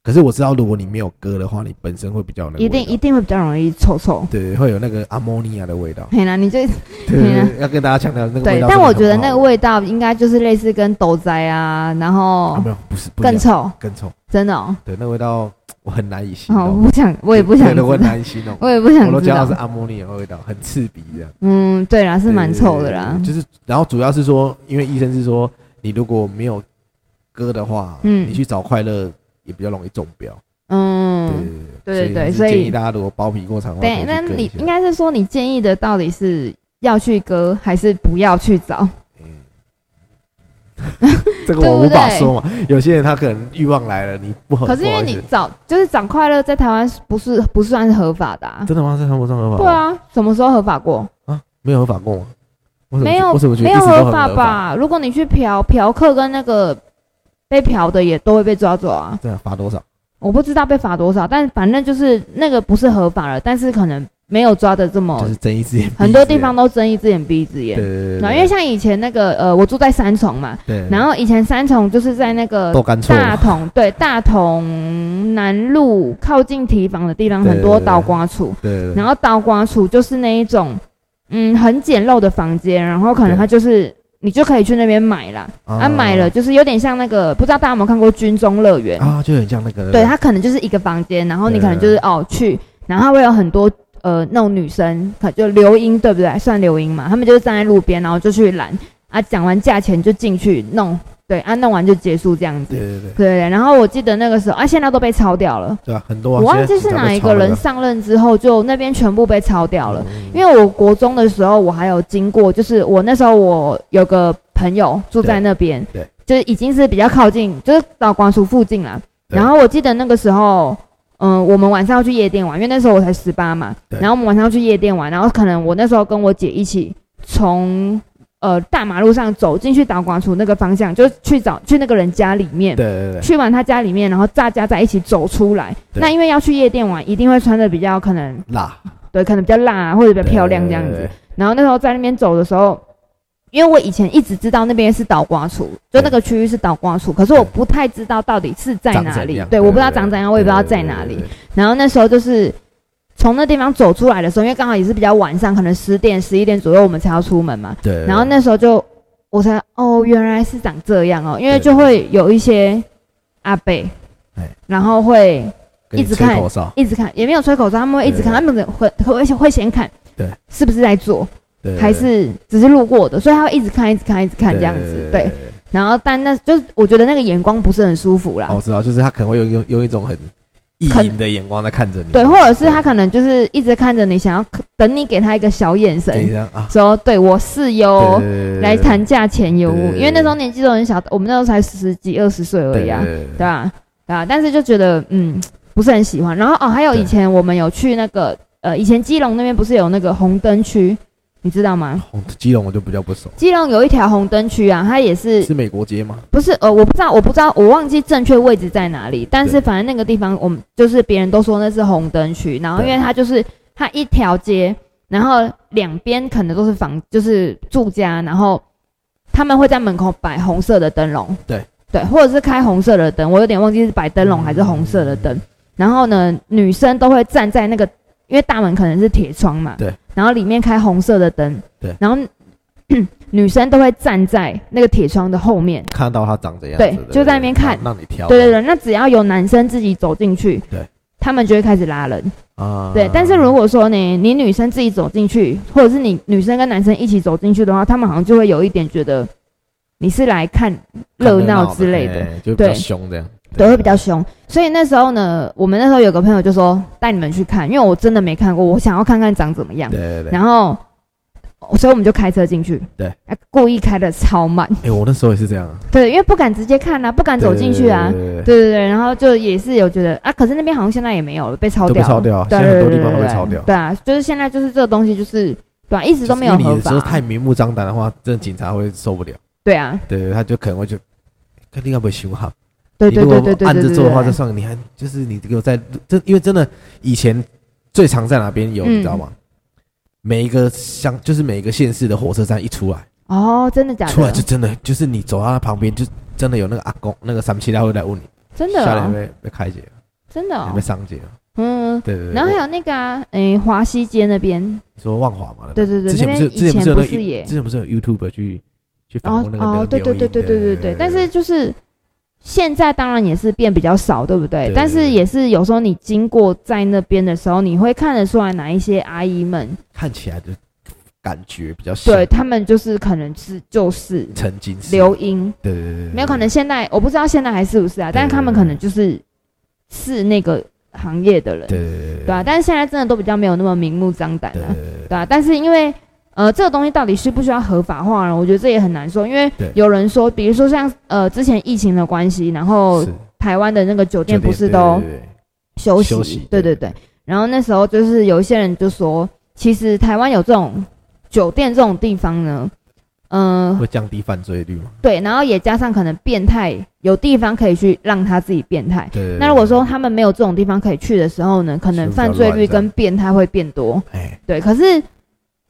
A: 可是我知道，如果你没有割的话，你本身会比较有那个
B: 一定
A: 味道
B: 一定会比较容易臭臭。
A: 对，会有那个阿莫尼亚的味道。
B: 嘿啦，你就
A: 对
B: 对啊
A: 对，要跟大家强调那个味
B: 对，
A: 道。
B: 但我觉得那个味道应该就是类似跟斗仔啊，然
A: 道
B: 后
A: 没有，不是不一样
B: 更臭，
A: 更臭。
B: 真的哦。
A: 对，那个味道我很难以形
B: 哦，我
A: 容。
B: 不想，我也不想
A: 对
B: 知
A: 对
B: 道
A: 我很，难以形容。
B: 我也不想
A: 我都
B: 知
A: 讲到
B: 道
A: 是。阿莫尼亚的味道，很刺鼻这样。
B: 嗯，对啦，是
A: 对
B: 蛮
A: 对
B: 臭的
A: 对
B: 啦
A: 对。就是，然后主要是说，因为医生是说，你如果没有割的话，
B: 嗯
A: 你去找快乐也比较容易中标。
B: 嗯，对对对，
A: 所
B: 所
A: 以建议
B: 以
A: 大家如果包皮过长的话，
B: 对，
A: 可以
B: 那
A: 去割
B: 你
A: 一下
B: 应该是说你建议的到底是要去割还是不要去找？
A: 嗯这个我无
B: 对不对
A: 法说嘛。有些人他可能欲望来了，你 不合，
B: 可是因为
A: 不好
B: 你
A: 意思
B: 找就是找快乐在台湾不是不算是合法 的、啊，
A: 真的吗？在韩国上合法？
B: 对，啊，什么时候合法过？
A: 没有合法过吗？我怎么
B: 没
A: 觉
B: 有
A: 我怎么觉得
B: 没
A: 一
B: 有
A: 直都很合
B: 法？吧？如果你去嫖嫖客跟那个被嫖的也都会被抓走啊，
A: 对啊，罚多少？
B: 我不知道被罚多少，但反正就是那个不是合法了，但是可能没有抓的这么
A: 就是睁一只眼，
B: 很多地
A: 闭一只眼
B: 方。都睁一只眼闭一只
A: 对对
B: 眼。
A: 对对
B: 然后
A: 对，嗯
B: 因为像以前那个呃，我住在三重嘛，
A: 对，
B: 然后以前三重就是在那个
A: 豆干臭嘛，
B: 大同对大同南路靠近提防的地方，
A: 对
B: 很多
A: 对对
B: 倒瓜处。
A: 对对对
B: 然后倒瓜处就是那一种，嗯，很简陋的房间，然后可能它就是你就可以去那边买啦。啊，买了就是有点像那个，不知道大家有没有看过军中乐园？
A: 啊，就很像那个
B: 对，它可能就是一个房间，然后你可能就是哦去，然后它会有很多。呃，那种女生，可就留英对不对？算留英嘛，他们就是站在路边，然后就去拦啊，讲完价钱就进去弄，对啊，弄完就结束这样子
A: 对。对对，
B: 对然后我记得那个时候啊，现在都被抄掉了。
A: 对啊，很多、啊。
B: 我忘
A: 现
B: 记
A: 在
B: 是
A: 警察
B: 哪
A: 都
B: 一
A: 抄
B: 个
A: 那
B: 人上任之后，就那边全部被抄掉了。
A: 嗯
B: 因为我国中的时候，我还有经过，就是我那时候我有个朋友住在那边，
A: 对对
B: 就是已经是比较靠近，就是到广署附近啦。
A: 对
B: 然后我记得那个时候，嗯、我们晚上要去夜店玩，因为那时候我才十八嘛
A: 对。
B: 然后我们晚上要去夜店玩，然后可能我那时候跟我姐一起从呃大马路上走进去导管处那个方向，就去找去那个人家里面
A: 对，对对，
B: 去完他家里面，然后大家在一起走出来。
A: 对
B: 那因为要去夜店玩，一定会穿的比较可能
A: 辣，
B: 对，可能比较辣、啊、或者比较漂亮这样子。
A: 对，
B: 然后那时候在那边走的时候，因为我以前一直知道那边是倒瓜处，就那个区域是倒瓜处，可是我不太知道到底是在
A: 长
B: 哪
A: 怎
B: 里
A: 样。
B: 对，我不知道
A: 对
B: 长怎样，我也不知道在哪里。，然后那时候就是从那地方走出来的时候，因为刚好也是比较晚上，可能十点、十一点左右我们才要出门嘛。
A: 对对对对对对对，
B: 然后那时候就我才哦，原来是长这样哦，因为
A: 对
B: 就会有一些阿伯
A: 哎，
B: 然后会
A: 跟你
B: 一直
A: 吹
B: 看
A: 口哨，
B: 一直看，也没有吹口哨，他们会一直看，
A: 对
B: 他们会会会先看，
A: 对，
B: 是不是在做，
A: 对对
B: 还是只是路过的，所以他会一直看，一直看，一直看这样子，对。，然后但那就是我觉得那个眼光不是很舒服啦
A: 哦，我知道，就是他可能会用用用一种很意
B: 很
A: 淫的眼光在看着你，
B: 对，或者是他
A: 看
B: 可能就是一直看着你，想要等你给他一个小眼
A: 对
B: 神
A: 这，样啊，
B: 说对我是有
A: 对，对
B: 哦来谈价钱有
A: 对对
B: 无，
A: 对
B: 因为那时候年纪都很小，我们那时候才十几二十岁而已啊，，
A: 对对对对对
B: 对吧？对啊，但是就觉得嗯不是很喜欢。然后哦，还有
A: 对
B: 以前我们有去那个呃，以前基隆那边不是有那个红灯区，你知道吗？
A: 红基隆我就比较不熟，
B: 基隆有一条红灯区啊，它也是
A: 是美国街吗？
B: 不是呃，我不知道，我不知道，我忘记正确位置在哪里。但是
A: 对
B: 反正那个地方，我们就是别人都说那是红灯区，然后因
A: 对
B: 为它就是它一条街，然后两边可能都是房，就是住家，然后他们会在门口摆红色的灯笼，
A: 对
B: 对，或者是开红色的灯，我有点忘记是摆灯笼还是红色的
A: 嗯
B: 灯。然后呢，女生都会站在那个，因为大门可能是铁窗嘛，
A: 对，
B: 然后里面开红色的灯，
A: 对
B: 然后 女生都会站在那个铁窗的后面。
A: 看到他长怎样子，
B: 对就在那边看
A: 让让你挑，
B: 对对对，那只要有男生自己走进去，
A: 哦对，
B: 他们就会开始拉人。
A: 啊，
B: 对，但是如果说呢，你女生自己走进去，或者是你女生跟男生一起走进去的话，他们好像就会有一点觉得你是来看
A: 看
B: 热闹之类的，
A: 哎就比较
B: 对
A: 凶这样，
B: 对，会比较凶。所以那时候呢，我们那时候有个朋友就说带你们去看，因为我真的没看过，我想要看看长怎么样。
A: 对对对。
B: 然后，所以我们就开车进去，
A: 对
B: 啊，故意开的超慢，
A: 哎，我那时候也是这样啊，
B: 对，因为不敢直接看啊，不敢走进去啊。
A: 对对对对对
B: 对对对，然后就也是有觉得啊，可是那边好像现在也没有了，被抄
A: 都被
B: 掉了，
A: 抄掉啊，
B: 对
A: 现
B: 对
A: 在很
B: 对
A: 多
B: 对
A: 地方都
B: 对
A: 被
B: 对
A: 抄掉。
B: 对啊，就是现在就是这个东西就是对啊，一直都没有
A: 就是因为
B: 合
A: 你
B: 法
A: 有时候太明目张胆的话，真的警察会受不了。
B: 对啊，
A: 对对，他就可能会就肯定要被凶哈。
B: 对
A: 你
B: 对
A: 如
B: 对对对
A: 果
B: 对
A: 按
B: 对
A: 着
B: 对
A: 做的话，
B: 对
A: 就算了你还就是你给我在真，因为真的以前最常在哪边有，
B: 嗯
A: 你知道吗？每一个乡就是每一个县市的火车站一出来，
B: 哦，真的假
A: 出来就
B: 的？
A: 真的就是你走到他旁边，就真的有那个阿公那个三七他会来问你，
B: 真的
A: 下来
B: 哦，
A: 被被开解，
B: 真的哦
A: 被，上解，
B: 嗯。
A: 对对对。
B: 然后还
A: 我
B: 有那个啊，诶，华西街那边，
A: 你说万华嘛，
B: 对对对，
A: 之前
B: 那
A: 不
B: 边
A: 是之
B: 以
A: 前不
B: 前
A: 是有
B: 不
A: 那
B: 是也
A: You- 之前不是有 YouTuber 去去访
B: 哦
A: 问那个那
B: 哦
A: 个，
B: 对对
A: 留
B: 对
A: 言
B: 对对对对，但是就是现在当然也是变比较少，对不对
A: 对？
B: 但是也是有时候你经过在那边的时候，你会看得出来哪一些阿姨们，
A: 看起来的感觉比较像
B: 对他们就是可能是就是
A: 曾经是
B: 留音，
A: 对对对对，对
B: 没有可能现在我不知道现在还是不是啊，但是他们可能就是是那个行业的人，
A: 对对对对
B: 对啊，但是现在真的都比较没有那么明目张胆
A: 对
B: 啊
A: 对，对对
B: 对啊，但是因为呃，这个东西到底需不需要合法化呢？我觉得这也很难说，因为
A: 对
B: 有人说，比如说像呃之前疫情的关系，然后
A: 是
B: 台湾的那个酒店
A: 酒
B: 不是
A: 对
B: 都
A: 对对对
B: 休息，
A: 休息
B: 对
A: 对
B: 对对。然后那时候就是有一些人就说，其实台湾有这种酒店这种地方呢，嗯、
A: 会降低犯罪率吗？
B: 对，然后也加上可能变态有地方可以去让他自己变态。
A: 对对对
B: 那如果说他们没有这种地方可以去的时候呢，可能
A: 是比较
B: 犯罪率
A: 乱这样
B: 跟变态会变多。
A: 哎，
B: 对，可是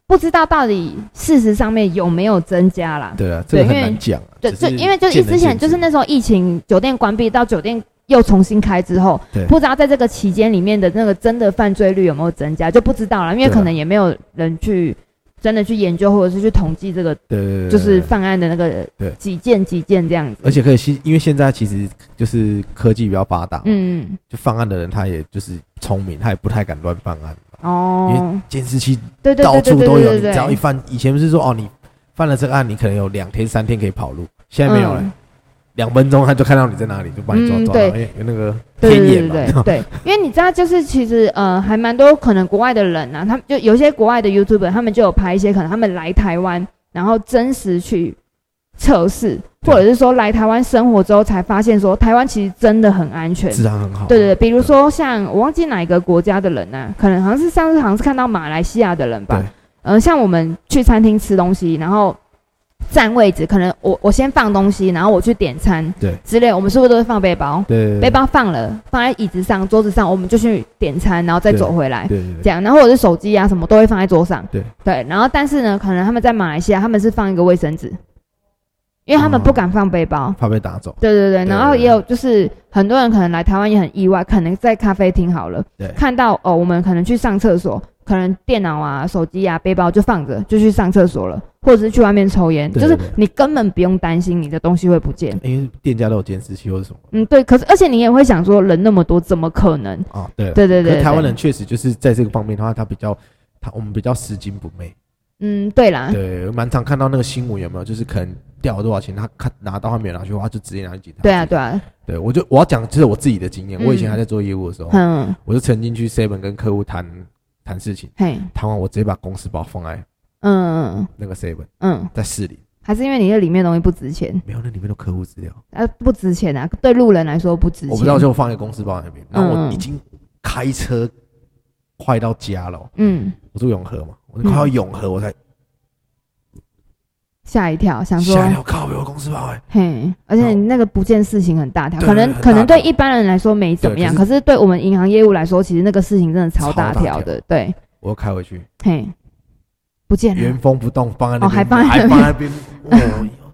B: 不知道到底事实上面有没有增加啦。
A: 对啊，这个
B: 对
A: 很
B: 因为
A: 难讲啊。
B: 对，
A: 只
B: 就是因为就
A: 见
B: 是
A: 仁
B: 之前
A: 见智
B: 就是那时候疫情酒店关闭到酒店又重新开之后
A: 对，
B: 不知道在这个期间里面的那个真的犯罪率有没有增加，就不知道了，因为
A: 对啊
B: 可能也没有人去真的去研究或者是去统计这个
A: 对对对，对
B: 就
A: 对
B: 是。犯案的那个
A: 对
B: 几件几件这样子。
A: 而且可以现，因为现在其实就是科技比较发达，，
B: 嗯，
A: 就犯案的人他也就是聪明，他也不太敢乱犯案。
B: 哦，
A: 监视器
B: 对对
A: 到
B: 对对
A: 处
B: 对
A: 都有，
B: 对
A: 你只
B: 对
A: 要一
B: 对，
A: 犯，以前不是说哦，你犯了这个案，你可能有两天三天可以跑路，现在没有了，
B: 嗯
A: 两分钟他就看到你在哪里，就把你抓
B: 嗯
A: 抓到，
B: 对
A: 因为有那个
B: 对
A: 天眼
B: 对
A: 嘛，
B: 对对 对，因为你知道，就是其实呃，还蛮多可能国外的人啊，他们就有些国外的 YouTuber，他们就有拍一些可能他们来台湾，然后真实去测试，
A: 对
B: 或者是说来台湾生活之后才发现说，台湾其实真的很安全。
A: 治安很好。
B: 对对对，比如说像我忘记哪一个国家的人啊，可能好像是上次好像是看到马来西亚的人吧
A: 对，
B: 呃，像我们去餐厅吃东西，然后占位置，可能我我先放东西，然后我去点餐，
A: 对
B: 之类，我们是不是都是放背包？
A: 对，
B: 背包放了，放在椅子上、桌子上，我们就去点餐，然后再走回来。
A: 对对
B: 这
A: 对，
B: 样，然后我的手机啊什么都会放在桌上。
A: 对
B: 对，然后但是呢，可能他们在马来西亚，他们是放一个卫生纸，因为他们
A: 哦
B: 不敢放背包。
A: 怕被打走，
B: 对对对，
A: 对
B: 然后也有就是很多人可能来台湾也很意外，可能在咖啡厅好了，
A: 对
B: 看到哦，我们可能去上厕所，可能电脑啊、手机啊、背包就放着，就去上厕所了，或者是去外面抽烟，
A: 对
B: 就是
A: 对对
B: 你根本不用担心你的东西会不见。
A: 因为店家都有监视器或者什么
B: 嗯，对，可是而且你也会想说，人那么多，怎么可能？
A: 啊，对
B: 嗯对对
A: 可
B: 对，
A: 是台湾
B: 对
A: 人，确实就是在这个方面的话，他比较他我们比较拾金不昧，
B: 嗯，对啦，
A: 对，蛮常看到那个新闻有没有？就是可能掉了多少钱，他看拿到他没有拿去，他就直接拿去警察。
B: 对啊，对啊，
A: 对我就我要讲，这是我自己的经验。
B: 嗯
A: 我以前还在做业务的时候，
B: 嗯，
A: 我就曾经去 Seven 跟客户谈谈事情，
B: 嘿，
A: 谈完我直接把公司包放在
B: 嗯
A: 那个 Seven
B: 嗯，
A: 在市里，
B: 还是因为你这里面东西不值钱，
A: 没有那里面的客户资料，
B: 啊，不值钱啊，对路人来说不值钱。
A: 我不知道就放在公司包那边。然后
B: 嗯
A: 我已经开车快到家了，
B: 嗯，
A: 我住永和嘛，我就快到永和，我才
B: 吓一跳，想说
A: 吓一跳，靠，我有公司包哎。
B: 嘿，而且
A: 那
B: 你那个不见事情很大条，
A: 对
B: 可能
A: 很大
B: 可能对
A: 条
B: 一般人来说没怎么样，
A: 对
B: 可是对我们银行业务来说，其实那个事情真的超大条的，对，
A: 我又开回去，
B: 嘿，不见
A: 原
B: 了，
A: 封不动放在那边，
B: 哎哦还放在
A: 还
B: 那边
A: 放在那边，哦，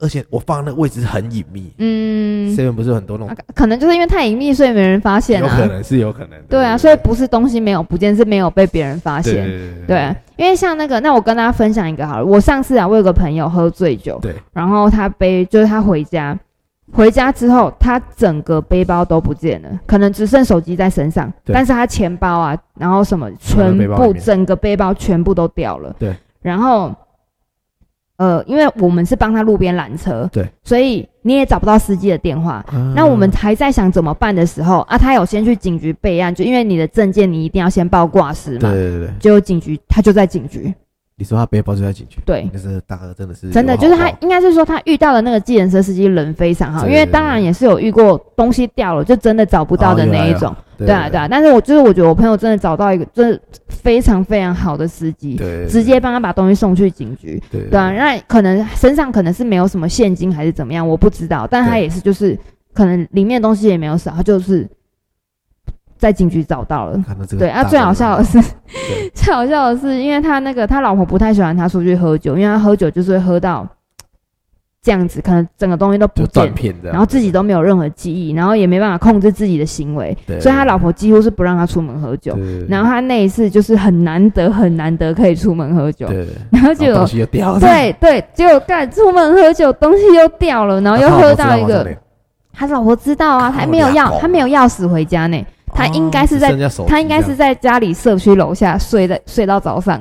A: 而且我放那个位置很隐秘
B: 嗯，
A: ，seven 不是很多那
B: 啊
A: 种，
B: 可能就是因为太隐秘，所以没人发现
A: 有可
B: 啊，
A: 能是有可能的，
B: 对啊，所以不是东西没有不见，是没有被别人发
A: 对
B: 现，
A: 对
B: 对啊，因为像那个，那我跟大家分享一个好了。我上次啊，我有个朋友喝醉酒，
A: 对，
B: 然后他背就是他回家，回家之后他整个背包都不见了，可能只剩手机在身上，
A: 对
B: 但是他钱包啊，然后什么全
A: 背包里
B: 部
A: 面
B: 整个背包全部都掉了，
A: 对，
B: 然后。呃，因为我们是帮他路边拦车，
A: 对，
B: 所以你也找不到司机的电话。
A: 啊
B: 那我们还在想怎么办的时候啊，他有先去警局备案，就因为你的证件你一定要先报挂失
A: 对
B: 嘛，
A: 对对对，
B: 结果警局他就在警局，
A: 你说他背包就在警局，
B: 对，
A: 那是大哥真的是
B: 真的
A: 有好
B: 就是他
A: 报
B: 应该是说他遇到的那个计程车司机人非常好，
A: 对
B: 因为当然也是有遇过东西掉了就真的找不到的
A: 哦有啊
B: 那一
A: 有啊
B: 种，
A: 对
B: 对啊对啊，但是我就是我觉得我朋友真的找到一个真的非常非常好的司机，
A: 对，
B: 直接帮他把东西送去警局，
A: 对
B: 对啊，那可能身上可能是没有什么现金还是怎么样，我不知道，但他
A: 对
B: 也是就是可能里面东西也没有少，他就是在警局找到了。
A: 看到这个
B: 对啊，
A: 大哥
B: 最好笑的是
A: 对，
B: 最好笑的是，因为他那个他老婆不太喜欢他出去喝酒，因为他喝酒就是会喝到这样子，可能整个东西都不
A: 就断
B: 见，
A: 片这样，
B: 然后自己都没有任何记忆，然后也没办法控制自己的行为，
A: 对，
B: 所以他老婆几乎是不让他出门喝酒。
A: 对，
B: 然后他那一次就是很难得很难得可以出门喝酒，
A: 对，对
B: 然后就
A: 然后东西又掉了，
B: 对对，结果干出门喝酒东西又掉了，然后
A: 啊，
B: 又
A: 他老
B: 喝
A: 婆知
B: 到
A: 道
B: 一
A: 吗
B: 个
A: 这，里
B: 他老婆知道啊，
A: 靠
B: 他没有
A: 俩
B: 钥
A: 狗
B: 他没有钥匙回家呢，他应该是在
A: 哦只剩下手机
B: 他应该是在家里社区楼下睡的，睡到 早上，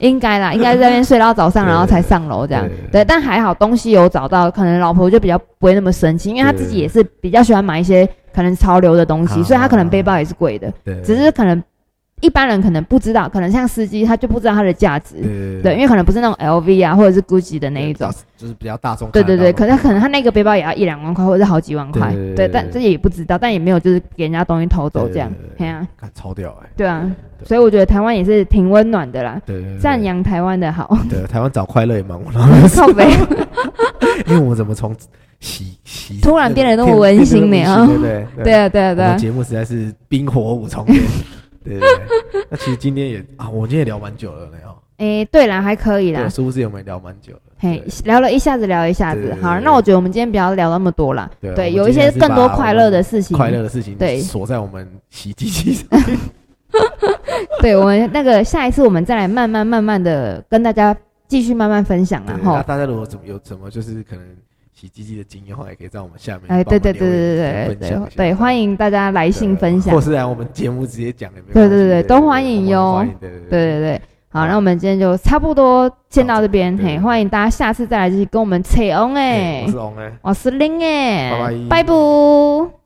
B: 应该啦，应该在那边睡到早上，
A: 对
B: 然后才上楼这样
A: 对。
B: 对，但还好东西有找到，可能老婆就比较不会那么生气，因为她自己也是比较喜欢买一些可能潮流的东西，
A: 啊
B: 所以她可能背包也是贵的，
A: 这样，对
B: 只是可能一般人可能不知道，可能像司机他就不知道它的价值，
A: 对
B: 对，因为可能不是那种 LV 啊或者是 GUCCI 的那一种
A: 比。较就是比较大众
B: 对
A: 看得
B: 对
A: 到
B: 对，
A: 的，
B: 可能可能他那个背包也要一两万块，或者是好几万块
A: 对对，对
B: 对，
A: 对
B: 但
A: 对
B: 这也不知道，但也没有就是给人家东西偷走这样
A: 对对，对
B: 嘿啊，
A: 看超屌哎，
B: 对啊，
A: 对
B: 所以我觉得台湾也是挺温暖的啦，
A: 对对对
B: 赞扬台湾 的好，
A: 对台湾找快乐也蛮无 聊的，
B: 靠北，
A: 因为我们怎么从喜喜
B: 突然变得那么
A: 变
B: 温馨
A: 变得
B: 呢
A: 那么温馨对对
B: 对啊对啊对
A: 我
B: 啊
A: 们，节目实在是冰火五重天。 对对对，那其实今天也啊，我今天也聊蛮久了呢哦，
B: 诶，对啦，还可以
A: 对，
B: 啦，
A: 殊不知我们也聊蛮久了。
B: 啊嘿
A: 对，
B: 聊了一下子聊一下
A: 对
B: 子
A: 对，对
B: 好，
A: 对
B: 那我觉得我们今天不要聊那么多啦，
A: 对啊
B: 对，
A: 我
B: 有
A: 们
B: 一
A: 今天是
B: 些更多
A: 把
B: 快
A: 我们
B: 乐的事情，
A: 快乐的事情
B: 对
A: 锁在我们洗衣机 上。
B: 对我们那个下一次我们再来慢慢慢慢的跟大家继续慢慢分享啦
A: 对，那
B: 吼，
A: 大家如果怎么有什么就是可能洗机机的经验的话，也可以在我们下面
B: 哎，对对对对对对对对，欢
A: 迎
B: 迎大家来信分享
A: 或。是来我们节目直接讲也没有
B: 对
A: 关系。
B: 对对都欢迎哟
A: 我们欢迎对对
B: 对对对，好，
A: 好
B: 那我们今天就差不多先到这边，
A: 对
B: 嘿，欢迎大家下次再来继续跟我们扯 on
A: 对
B: 哎
A: 我是，翁哎。
B: 我是林哎，
A: 拜拜
B: 拜拜。